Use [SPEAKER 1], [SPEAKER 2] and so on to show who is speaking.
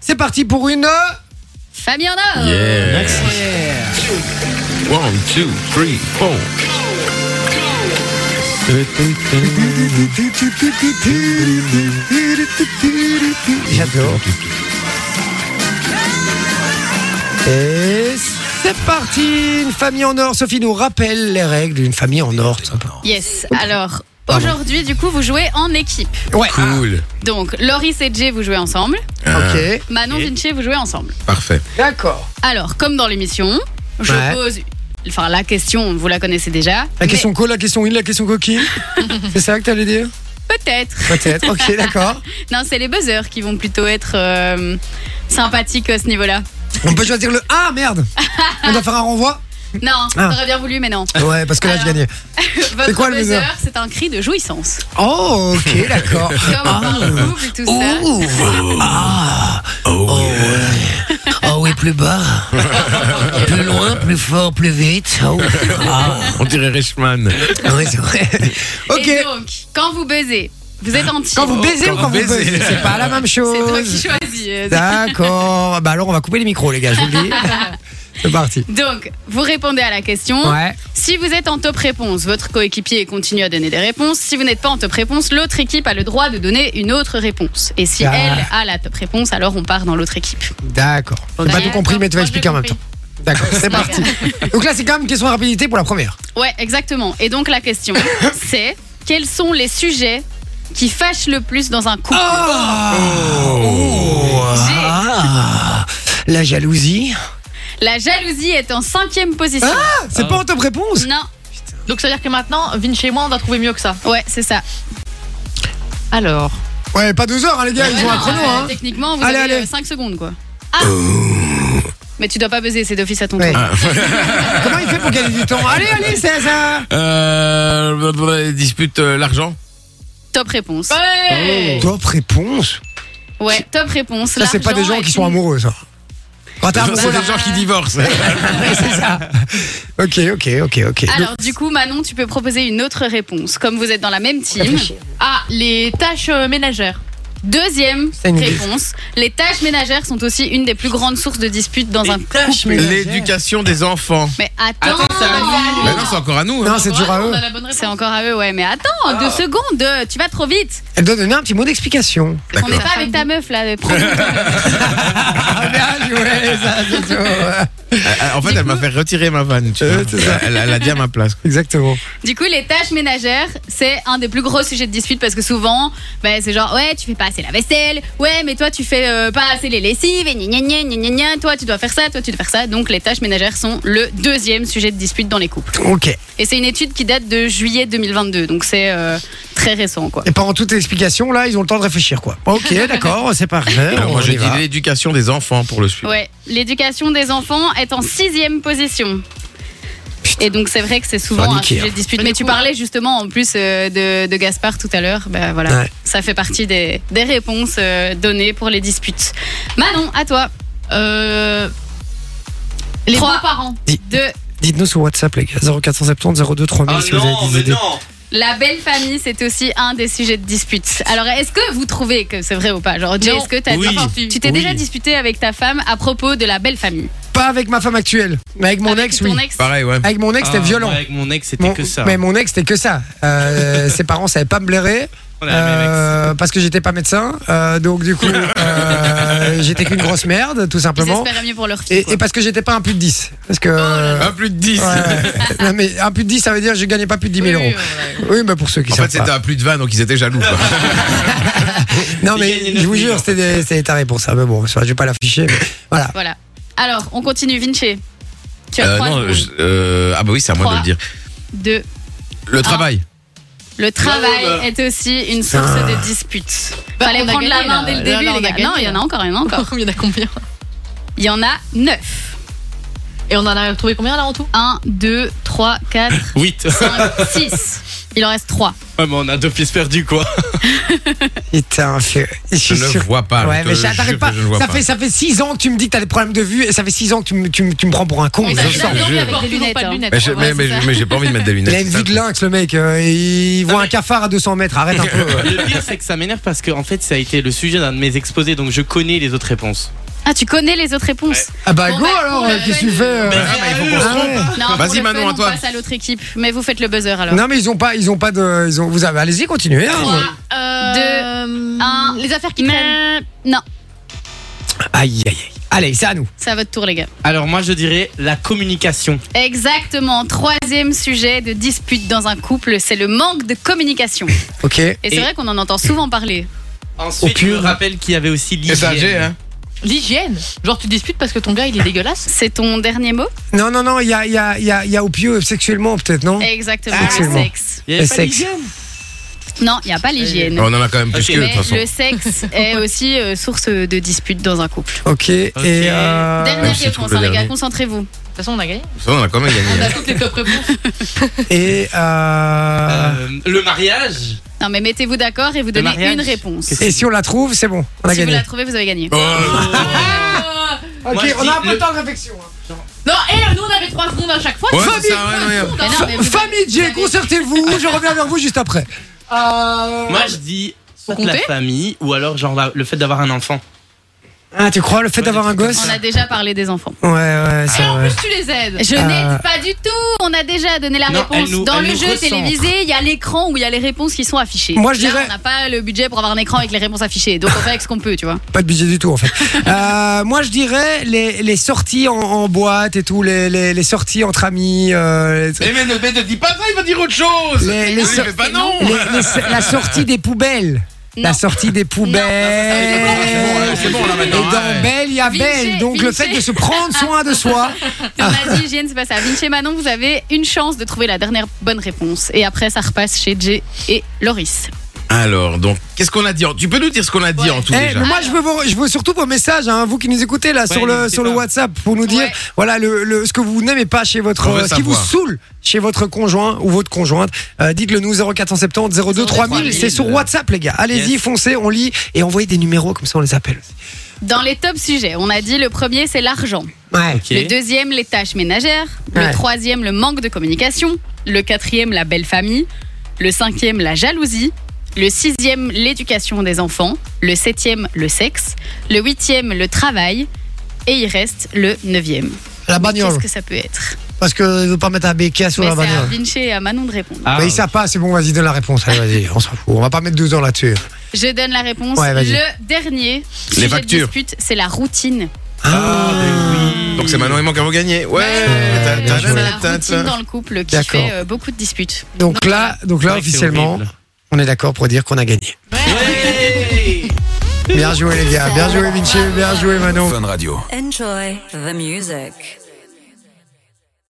[SPEAKER 1] C'est parti pour une. euh,
[SPEAKER 2] Fabien Nord
[SPEAKER 3] Yeah.
[SPEAKER 1] Yeah.
[SPEAKER 3] One, two, three, four.
[SPEAKER 1] J'adore. Et c'est parti. Une famille en or. Sophie nous rappelle les règles d'une famille en or. tout simplement.
[SPEAKER 2] Yes. Alors, aujourd'hui, du coup, vous jouez en équipe.
[SPEAKER 1] Ouais.
[SPEAKER 3] Cool.
[SPEAKER 2] Donc, Loris et Jay, vous jouez ensemble.
[SPEAKER 1] Ah, ok.
[SPEAKER 2] Manon, Vinci, vous jouez ensemble.
[SPEAKER 3] Parfait.
[SPEAKER 1] D'accord.
[SPEAKER 2] Alors, comme dans l'émission, je
[SPEAKER 1] Ouais.
[SPEAKER 2] pose. Enfin, la question, vous la connaissez déjà.
[SPEAKER 1] La
[SPEAKER 2] mais
[SPEAKER 1] question co, la question in, la question coquille. c'est ça que t'allais dire
[SPEAKER 2] Peut-être.
[SPEAKER 1] Peut-être. Ok, d'accord.
[SPEAKER 2] Non, c'est les buzzers qui vont plutôt être euh, sympathiques à ce niveau-là.
[SPEAKER 1] On peut choisir le Ah merde On doit faire un renvoi
[SPEAKER 2] Non,
[SPEAKER 1] Ah.
[SPEAKER 2] j'aurais bien voulu, mais non.
[SPEAKER 1] Ouais, parce que là, je
[SPEAKER 2] Alors.
[SPEAKER 1] gagnais.
[SPEAKER 2] Votre
[SPEAKER 1] quoi le buzzer
[SPEAKER 2] buzzer, c'est un cri de jouissance.
[SPEAKER 1] Oh, ok, d'accord.
[SPEAKER 2] Comme dans le couple, tout ça.
[SPEAKER 1] Ah. Ouh. Ah. Oh, ouais. Oh oui, plus bas. plus loin, plus fort, plus vite. Oh. Ah.
[SPEAKER 3] On dirait Richman.
[SPEAKER 1] Oui, c'est vrai. Ok.
[SPEAKER 2] Et donc, quand vous buzzez, vous êtes en team.
[SPEAKER 1] Quand vous Oh. baisez ou
[SPEAKER 3] quand
[SPEAKER 1] quand vous
[SPEAKER 3] vous baisez.
[SPEAKER 1] baisez, c'est pas la même
[SPEAKER 2] C'est toi qui
[SPEAKER 1] chose.
[SPEAKER 2] choisis. euh,
[SPEAKER 1] D'accord. Bah alors, on va couper les micros, les gars, je vous le dis. C'est parti.
[SPEAKER 2] Donc, vous répondez à la question.
[SPEAKER 1] Ouais.
[SPEAKER 2] Si vous êtes en top réponse, votre coéquipier continue à donner des réponses. Si vous n'êtes pas en top réponse, l'autre équipe a le droit de donner une autre réponse. Et si
[SPEAKER 1] Ah.
[SPEAKER 2] elle a la top réponse, alors on part dans l'autre équipe.
[SPEAKER 1] D'accord. J'ai pas tout
[SPEAKER 2] D'accord.
[SPEAKER 1] compris, mais tu vas
[SPEAKER 2] Moi,
[SPEAKER 1] expliquer en
[SPEAKER 2] j'ai
[SPEAKER 1] même temps. D'accord, c'est parti. Donc là, c'est quand même une question de rapidité pour la première.
[SPEAKER 2] Ouais, exactement. Et donc la question, c'est quels sont les sujets qui fâchent le plus dans un couple
[SPEAKER 1] Oh.
[SPEAKER 2] Oh.
[SPEAKER 1] Ah, la jalousie.
[SPEAKER 2] La jalousie est en cinquième position.
[SPEAKER 1] Ah, c'est pas en top réponse.
[SPEAKER 2] non,
[SPEAKER 4] Donc ça veut dire que maintenant, Vinci et moi, on doit trouver mieux que ça.
[SPEAKER 2] ouais, c'est ça.
[SPEAKER 4] Alors.
[SPEAKER 1] Ouais, pas 12 heures, hein, les gars, ils ont
[SPEAKER 2] Ouais,
[SPEAKER 1] un
[SPEAKER 2] non,
[SPEAKER 1] chrono.
[SPEAKER 2] euh,
[SPEAKER 1] Hein.
[SPEAKER 2] Techniquement, vous
[SPEAKER 1] Allez,
[SPEAKER 2] avez
[SPEAKER 1] allez. Oh.
[SPEAKER 2] 5 secondes, quoi. Ah. Mais tu dois pas buzzer, c'est d'office à ton
[SPEAKER 1] Ouais.
[SPEAKER 2] tour.
[SPEAKER 1] Comment il fait pour gagner du temps Allez, allez, c'est ça.
[SPEAKER 3] Euh, bah, bah, dispute euh, l'argent.
[SPEAKER 2] Top réponse.
[SPEAKER 4] Ouais
[SPEAKER 1] Top réponse.
[SPEAKER 2] Ouais, top réponse.
[SPEAKER 1] Ça, c'est pas des
[SPEAKER 2] L'argent
[SPEAKER 1] gens qui
[SPEAKER 2] est
[SPEAKER 1] sont
[SPEAKER 2] une-
[SPEAKER 1] amoureux, ça. Quand t'es
[SPEAKER 3] Genre,
[SPEAKER 1] amoureux,
[SPEAKER 3] C'est
[SPEAKER 1] là,
[SPEAKER 3] des gens qui divorcent.
[SPEAKER 1] Ah, c'est ça. Ok, ok, ok, ok.
[SPEAKER 2] Alors, du coup, Manon, tu peux proposer une autre réponse. Comme vous êtes dans la même team,
[SPEAKER 1] Réfléchis.
[SPEAKER 4] Ah, les tâches euh, ménagères.
[SPEAKER 2] deuxième
[SPEAKER 1] C'est une idée.
[SPEAKER 2] réponse. Les tâches ménagères sont aussi une des plus grandes sources de disputes dans un couple.
[SPEAKER 3] L'éducation des enfants.
[SPEAKER 2] Mais attends,
[SPEAKER 3] Bah non, c'est encore à nous. hein.
[SPEAKER 1] Non, c'est toujours à
[SPEAKER 4] Ouais,
[SPEAKER 1] eux.
[SPEAKER 4] On a la bonne
[SPEAKER 2] c'est
[SPEAKER 4] réponse.
[SPEAKER 2] encore à eux, ouais. Mais attends, deux secondes, euh, tu vas trop vite.
[SPEAKER 1] Elle doit donner un petit mot d'explication.
[SPEAKER 2] On n'est pas avec ta meuf là. euh, prends-
[SPEAKER 1] Ah, bien joué,
[SPEAKER 2] Ah,
[SPEAKER 1] ça, bien joué.
[SPEAKER 3] Euh, En fait, elle m'a fait retirer ma vanne. tu
[SPEAKER 1] Euh,
[SPEAKER 3] vois. Elle, elle a dit à ma place.
[SPEAKER 1] Exactement.
[SPEAKER 2] Du coup, les tâches ménagères, c'est un des plus gros sujets de dispute parce que souvent, ben, c'est genre, ouais, tu fais pas assez la vaisselle, ouais, mais toi, tu fais euh, pas assez les lessives, et gna gna gna gna gna gna, toi, tu dois faire ça, toi, tu dois faire ça. Donc, les tâches ménagères sont le deuxième sujet de dispute dans les couples.
[SPEAKER 1] Ok.
[SPEAKER 2] Et c'est une étude qui date de juillet 2022, donc c'est euh, très récent, quoi.
[SPEAKER 1] Et pendant toute l'explication, là, ils ont le temps de réfléchir, quoi. Ok, d'accord, c'est parfait.
[SPEAKER 3] Alors,
[SPEAKER 1] Ah, on
[SPEAKER 3] moi, je
[SPEAKER 1] y va.
[SPEAKER 3] dis l'éducation des enfants pour le suivre.
[SPEAKER 2] Ouais, l'éducation des enfants est en sixième position. Et donc c'est vrai que c'est souvent
[SPEAKER 1] va
[SPEAKER 2] un
[SPEAKER 1] niquer, hein.
[SPEAKER 2] sujet de dispute. Mais tu parlais justement en plus euh, de, de Gaspard tout à l'heure. Bah, voilà,
[SPEAKER 1] Ouais.
[SPEAKER 2] ça fait partie des, des réponses euh, données pour les disputes. Manon, à toi.
[SPEAKER 4] Euh, les
[SPEAKER 2] Trois.
[SPEAKER 4] beaux-parents.
[SPEAKER 2] De
[SPEAKER 1] Dites-nous sur WhatsApp, les gars. 0470 02 3000
[SPEAKER 2] Ah
[SPEAKER 1] si vous avez des idées.
[SPEAKER 5] Ah,
[SPEAKER 2] la belle famille, c'est aussi un des sujets de dispute. Alors est-ce que vous trouvez que c'est vrai ou pas Genre, Jay,
[SPEAKER 4] Non.
[SPEAKER 2] est-ce que t'as-
[SPEAKER 3] Oui.
[SPEAKER 2] Enfin, tu t'es
[SPEAKER 3] Oui.
[SPEAKER 2] déjà disputé avec ta femme à propos de la belle famille
[SPEAKER 1] Pas avec ma femme actuelle, mais avec mon
[SPEAKER 2] Avec
[SPEAKER 1] ex,
[SPEAKER 2] ton
[SPEAKER 1] oui.
[SPEAKER 2] ex
[SPEAKER 3] Pareil, ouais.
[SPEAKER 1] Avec mon ex,
[SPEAKER 5] Ah,
[SPEAKER 1] c'était violent.
[SPEAKER 5] moi, avec mon ex, c'était
[SPEAKER 1] Mon-
[SPEAKER 5] que ça.
[SPEAKER 1] Mais mon ex, c'était que ça. Euh, ses parents savaient pas me blairer.
[SPEAKER 5] On a la même ex.
[SPEAKER 1] euh, parce que j'étais pas médecin, Euh, donc du coup euh, j'étais qu'une grosse merde tout
[SPEAKER 2] Ils
[SPEAKER 1] simplement,
[SPEAKER 2] espéraient mieux pour leur fille.
[SPEAKER 1] et,
[SPEAKER 2] quoi.
[SPEAKER 1] et parce que Oh j'étais pas un plus de 10 parce que euh,
[SPEAKER 3] Ah, plus de 10.
[SPEAKER 1] Ouais, ouais. Non, mais un plus de 10 ça veut dire que je gagnais pas plus de 10 000
[SPEAKER 4] Oui,
[SPEAKER 1] euros.
[SPEAKER 4] oui, voilà.
[SPEAKER 1] Oui, mais pour ceux qui
[SPEAKER 3] En
[SPEAKER 1] savent
[SPEAKER 3] fait, c'était
[SPEAKER 1] pas.
[SPEAKER 3] à plus de 20, donc ils étaient jaloux. quoi.
[SPEAKER 1] Non
[SPEAKER 5] Il
[SPEAKER 1] mais
[SPEAKER 5] gagnait
[SPEAKER 1] je vous
[SPEAKER 5] 9 000
[SPEAKER 1] jure c'était des- c'était taré pour ça, mais bon je vais pas l'afficher. mais Voilà.
[SPEAKER 2] Voilà. Alors, on continue. Vinci, tu as
[SPEAKER 3] Euh,
[SPEAKER 2] trois
[SPEAKER 3] non,
[SPEAKER 2] secondes.
[SPEAKER 3] je- euh, ah bah oui, c'est à moi de
[SPEAKER 2] Trois.
[SPEAKER 3] le dire.
[SPEAKER 2] Deux.
[SPEAKER 3] Le travail.
[SPEAKER 2] Le travail
[SPEAKER 5] bah.
[SPEAKER 2] est aussi une source de dispute.
[SPEAKER 4] Bah,
[SPEAKER 2] Fallait
[SPEAKER 4] on a
[SPEAKER 2] prendre la
[SPEAKER 4] gagné,
[SPEAKER 2] main
[SPEAKER 4] là.
[SPEAKER 2] dès le
[SPEAKER 4] Là,
[SPEAKER 2] début,
[SPEAKER 4] là, on
[SPEAKER 2] les gars.
[SPEAKER 4] a gagné, hein.
[SPEAKER 2] Non, il y en a
[SPEAKER 4] là.
[SPEAKER 2] encore, il y en a encore.
[SPEAKER 4] Il y en a combien
[SPEAKER 2] Il y en a neuf.
[SPEAKER 4] Et on en a retrouvé combien là en tout
[SPEAKER 2] Un, deux, trois, quatre,
[SPEAKER 5] 8.
[SPEAKER 2] cinq, six. Il en reste trois.
[SPEAKER 5] Ouais, mais on a d'office perdu, quoi.
[SPEAKER 1] Putain, je je
[SPEAKER 3] Je
[SPEAKER 1] suis
[SPEAKER 3] ne
[SPEAKER 1] sûr.
[SPEAKER 3] vois pas.
[SPEAKER 1] Ouais,
[SPEAKER 3] je
[SPEAKER 1] mais
[SPEAKER 3] te
[SPEAKER 1] ça-
[SPEAKER 3] jure
[SPEAKER 1] t'arrêtes
[SPEAKER 3] que
[SPEAKER 1] pas.
[SPEAKER 3] je ne vois
[SPEAKER 1] Ça
[SPEAKER 3] pas.
[SPEAKER 1] fait, ça fait 6 ans que tu me dis que t'as des problèmes de vue et ça fait 6 ans que tu me, tu me- tu me prends pour un con.
[SPEAKER 4] On
[SPEAKER 1] bah, je
[SPEAKER 4] t'a
[SPEAKER 1] le
[SPEAKER 4] déjà
[SPEAKER 1] sens.
[SPEAKER 3] je-
[SPEAKER 4] dormi avec
[SPEAKER 2] je-
[SPEAKER 4] des lunettes.
[SPEAKER 2] pas de
[SPEAKER 4] hein.
[SPEAKER 2] lunettes.
[SPEAKER 3] Mais je-
[SPEAKER 2] Ouais,
[SPEAKER 3] mais-
[SPEAKER 2] c'est
[SPEAKER 3] mais-
[SPEAKER 2] ça.
[SPEAKER 3] mais j'ai pas envie de mettre des lunettes.
[SPEAKER 1] Il a une
[SPEAKER 3] c'est ça,
[SPEAKER 1] vue de
[SPEAKER 3] le
[SPEAKER 1] lynx, le mec. euh, et il voit un cafard à 200 mètres. Arrête un peu.
[SPEAKER 5] Le pire, c'est que ça m'énerve parce que, en fait, ça a été le sujet d'un de mes exposés, donc je connais les autres réponses.
[SPEAKER 2] Ah, tu connais les autres réponses
[SPEAKER 1] Ah bah
[SPEAKER 2] Bon,
[SPEAKER 1] go
[SPEAKER 2] bah,
[SPEAKER 1] alors,
[SPEAKER 2] cool,
[SPEAKER 1] euh, qu'est-ce que tu
[SPEAKER 2] Manuel.
[SPEAKER 1] fais euh,
[SPEAKER 3] Ah, mais il faut qu'on se
[SPEAKER 1] ah
[SPEAKER 3] trompe.
[SPEAKER 1] ouais.
[SPEAKER 2] Non, pour
[SPEAKER 3] Vas-y,
[SPEAKER 2] le
[SPEAKER 3] Manon,
[SPEAKER 2] fun,
[SPEAKER 3] à toi.
[SPEAKER 2] On passe à l'autre équipe, mais vous faites le buzzer alors.
[SPEAKER 1] Non mais ils ont pas, ils ont pas de, ils ont, vous avez, allez-y, continuez. hein.
[SPEAKER 4] Euh,
[SPEAKER 2] un.
[SPEAKER 4] Les affaires qui traînent.
[SPEAKER 2] Mais... Non,
[SPEAKER 1] Aïe aïe aïe. Allez, c'est à nous.
[SPEAKER 2] c'est à votre tour, les gars.
[SPEAKER 5] Alors moi je dirais la communication.
[SPEAKER 2] Exactement. Troisième sujet de dispute dans un couple, c'est le manque de communication.
[SPEAKER 1] Ok.
[SPEAKER 2] Et c'est
[SPEAKER 5] Et-
[SPEAKER 2] vrai qu'on en entend souvent parler.
[SPEAKER 5] Ensuite, je me rappelle qu'il y avait aussi
[SPEAKER 3] Et ça, j'ai,
[SPEAKER 5] l'hygiène.
[SPEAKER 3] hein.
[SPEAKER 4] L'hygiène. Genre, tu disputes parce que ton gars, il est dégueulasse.
[SPEAKER 2] C'est ton dernier mot
[SPEAKER 1] Non non non, il y a, il y a, il y a, il y a au pieu euh, sexuellement peut-être
[SPEAKER 3] Oh.
[SPEAKER 1] non.
[SPEAKER 2] Eh. Exactement.
[SPEAKER 1] Sexuellement.
[SPEAKER 2] Le sexe.
[SPEAKER 5] Il y avait
[SPEAKER 1] Et
[SPEAKER 5] pas
[SPEAKER 1] sexe.
[SPEAKER 5] l'hygiène
[SPEAKER 2] Non, il n'y a pas l'hygiène.
[SPEAKER 3] On en a quand même plus
[SPEAKER 5] Ok.
[SPEAKER 3] que, de
[SPEAKER 2] Mais
[SPEAKER 3] toute façon.
[SPEAKER 2] le sexe est aussi euh, source de dispute dans un couple.
[SPEAKER 1] Ok. Et euh,
[SPEAKER 2] Dernière
[SPEAKER 3] si tu trouves
[SPEAKER 2] réponse,
[SPEAKER 3] le
[SPEAKER 2] hein, les gars,
[SPEAKER 3] dernier.
[SPEAKER 2] concentrez-vous.
[SPEAKER 4] De toute façon, on a gagné.
[SPEAKER 3] Ça, on a quand même
[SPEAKER 4] On
[SPEAKER 3] gagné. hein.
[SPEAKER 4] a toutes les top réponses.
[SPEAKER 1] et euh,
[SPEAKER 5] Euh, le mariage
[SPEAKER 2] Non, mais mettez-vous d'accord et vous donnez
[SPEAKER 5] mariage
[SPEAKER 2] une réponse.
[SPEAKER 5] Qu'est-ce
[SPEAKER 2] Si
[SPEAKER 1] et si on la trouve, c'est bon, on a
[SPEAKER 2] vous
[SPEAKER 1] gagné.
[SPEAKER 2] la trouvez, vous avez gagné.
[SPEAKER 3] Oh,
[SPEAKER 1] Ok,
[SPEAKER 5] Moi, je
[SPEAKER 1] on a
[SPEAKER 5] dis
[SPEAKER 1] un peu
[SPEAKER 5] le-
[SPEAKER 1] de temps de réflexion. hein.
[SPEAKER 4] Non, et nous, on avait 3 secondes à chaque fois.
[SPEAKER 3] ouais,
[SPEAKER 1] Famille.
[SPEAKER 3] c'est ça, ouais, ouais.
[SPEAKER 2] Mais non, mais vous-
[SPEAKER 1] Famille J, concertez-vous, je reviens vers vous juste après. Euh,
[SPEAKER 5] Moi je dis soit
[SPEAKER 4] compter
[SPEAKER 5] la famille ou alors genre la- le fait d'avoir un enfant.
[SPEAKER 1] Ah, tu crois le fait
[SPEAKER 5] Ouais,
[SPEAKER 1] d'avoir un
[SPEAKER 5] des trucs
[SPEAKER 1] gosse
[SPEAKER 2] On a déjà parlé des enfants.
[SPEAKER 1] Ouais, Ah, ouais, c'est
[SPEAKER 4] Et en
[SPEAKER 1] vrai.
[SPEAKER 4] plus, tu les aides.
[SPEAKER 2] Je
[SPEAKER 1] Euh,
[SPEAKER 2] n'aide pas du tout. On a déjà donné la
[SPEAKER 5] Non,
[SPEAKER 2] réponse.
[SPEAKER 5] elle nous-
[SPEAKER 2] Dans
[SPEAKER 5] elle
[SPEAKER 2] le
[SPEAKER 5] nous
[SPEAKER 2] jeu
[SPEAKER 5] recentre.
[SPEAKER 2] télévisé, il y a l'écran où il y a les réponses qui sont affichées.
[SPEAKER 1] Moi, je
[SPEAKER 2] Là,
[SPEAKER 1] dirais-
[SPEAKER 2] On n'a pas le budget pour avoir un écran avec les réponses affichées. Donc, on fait avec ce qu'on peut, tu vois.
[SPEAKER 1] Pas de budget du tout en fait. Euh, moi je dirais les, les sorties en, en boîte et tout, les, les, les sorties entre amis, euh, les,
[SPEAKER 3] Eh, mais ne mais ne dis pas ça, il va dire autre chose. Ah,
[SPEAKER 1] Les- les
[SPEAKER 3] Il
[SPEAKER 1] so-
[SPEAKER 3] fait pas non.
[SPEAKER 1] les- les- la sortie des poubelles.
[SPEAKER 2] Non.
[SPEAKER 1] La sortie des poubelles.
[SPEAKER 3] Non, c'est bon, là, c'est bon, là,
[SPEAKER 1] Et
[SPEAKER 3] maintenant,
[SPEAKER 1] dans
[SPEAKER 3] ouais.
[SPEAKER 1] Belle, il y a
[SPEAKER 2] Vinci,
[SPEAKER 1] Belle. Donc le fait
[SPEAKER 2] Vinci.
[SPEAKER 1] de se prendre soin de soi.
[SPEAKER 2] On a dit, Hygiène, c'est pas ça. Vinci et Manon, vous avez une chance de trouver la dernière bonne réponse. Et après, ça repasse chez Jay et Loris.
[SPEAKER 3] Alors, donc, qu'est-ce qu'on a dit en- Tu peux nous dire ce qu'on a dit en tout
[SPEAKER 1] Eh,
[SPEAKER 3] déjà
[SPEAKER 1] mais moi je veux, vos- je veux surtout vos messages, hein, vous qui nous écoutez là sur le
[SPEAKER 5] n'hésitez
[SPEAKER 1] sur le
[SPEAKER 5] pas.
[SPEAKER 1] WhatsApp pour nous dire
[SPEAKER 2] Ouais.
[SPEAKER 1] voilà le, le- ce que vous n'aimez pas chez votre
[SPEAKER 3] On veut
[SPEAKER 1] euh, ce qui vous
[SPEAKER 3] savoir.
[SPEAKER 1] saoule chez votre conjoint ou votre conjointe. Euh, Dites-le nous 0470 02 3000, c'est sur WhatsApp les gars. Allez-y,
[SPEAKER 5] euh, Yes.
[SPEAKER 1] foncez, on lit et envoyez des numéros comme ça on les appelle.
[SPEAKER 2] Dans les top sujets, on a dit le premier, c'est l'argent.
[SPEAKER 1] Ouais.
[SPEAKER 5] Ok.
[SPEAKER 2] Le deuxième, les tâches ménagères.
[SPEAKER 1] Ouais.
[SPEAKER 2] Le troisième, le manque de communication. Le quatrième, la belle famille. Le cinquième, la jalousie. Le sixième, l'éducation des enfants. Le septième, le sexe. Le huitième, le travail. Et il reste le neuvième.
[SPEAKER 1] La
[SPEAKER 2] Mais
[SPEAKER 1] bagnole
[SPEAKER 2] Qu'est-ce que ça peut être
[SPEAKER 1] parce que ne veut pas mettre un béquet sur
[SPEAKER 2] Mais
[SPEAKER 1] la
[SPEAKER 2] C'est à
[SPEAKER 1] bagnole.
[SPEAKER 2] Vinci et à Manon de répondre.
[SPEAKER 5] Ah,
[SPEAKER 1] Mais ils savent pas, c'est bon, vas-y, donne la réponse. Allez, vas-y, on s'en fout. On va pas mettre 12 ans là-dessus.
[SPEAKER 2] Je donne la réponse.
[SPEAKER 1] Ouais, vas-y.
[SPEAKER 2] le dernier sujet
[SPEAKER 3] factures.
[SPEAKER 2] de dispute, c'est la routine.
[SPEAKER 5] ah, mais oui.
[SPEAKER 3] Donc c'est Manon et moi qui avons gagné. Ouais. ta-
[SPEAKER 2] Euh,
[SPEAKER 3] ta-
[SPEAKER 2] c'est la
[SPEAKER 3] ta- ta-
[SPEAKER 2] routine
[SPEAKER 3] ta-
[SPEAKER 2] dans le couple qui
[SPEAKER 1] D'accord.
[SPEAKER 2] fait euh, beaucoup de disputes.
[SPEAKER 1] Donc là, donc là
[SPEAKER 5] C'est vrai que c'est
[SPEAKER 1] officiellement,
[SPEAKER 5] horrible.
[SPEAKER 1] on est d'accord pour dire qu'on a gagné.
[SPEAKER 5] Ouais.
[SPEAKER 1] Bien joué les gars, bien joué Vinci, bien joué Manon.
[SPEAKER 6] Enjoy the music.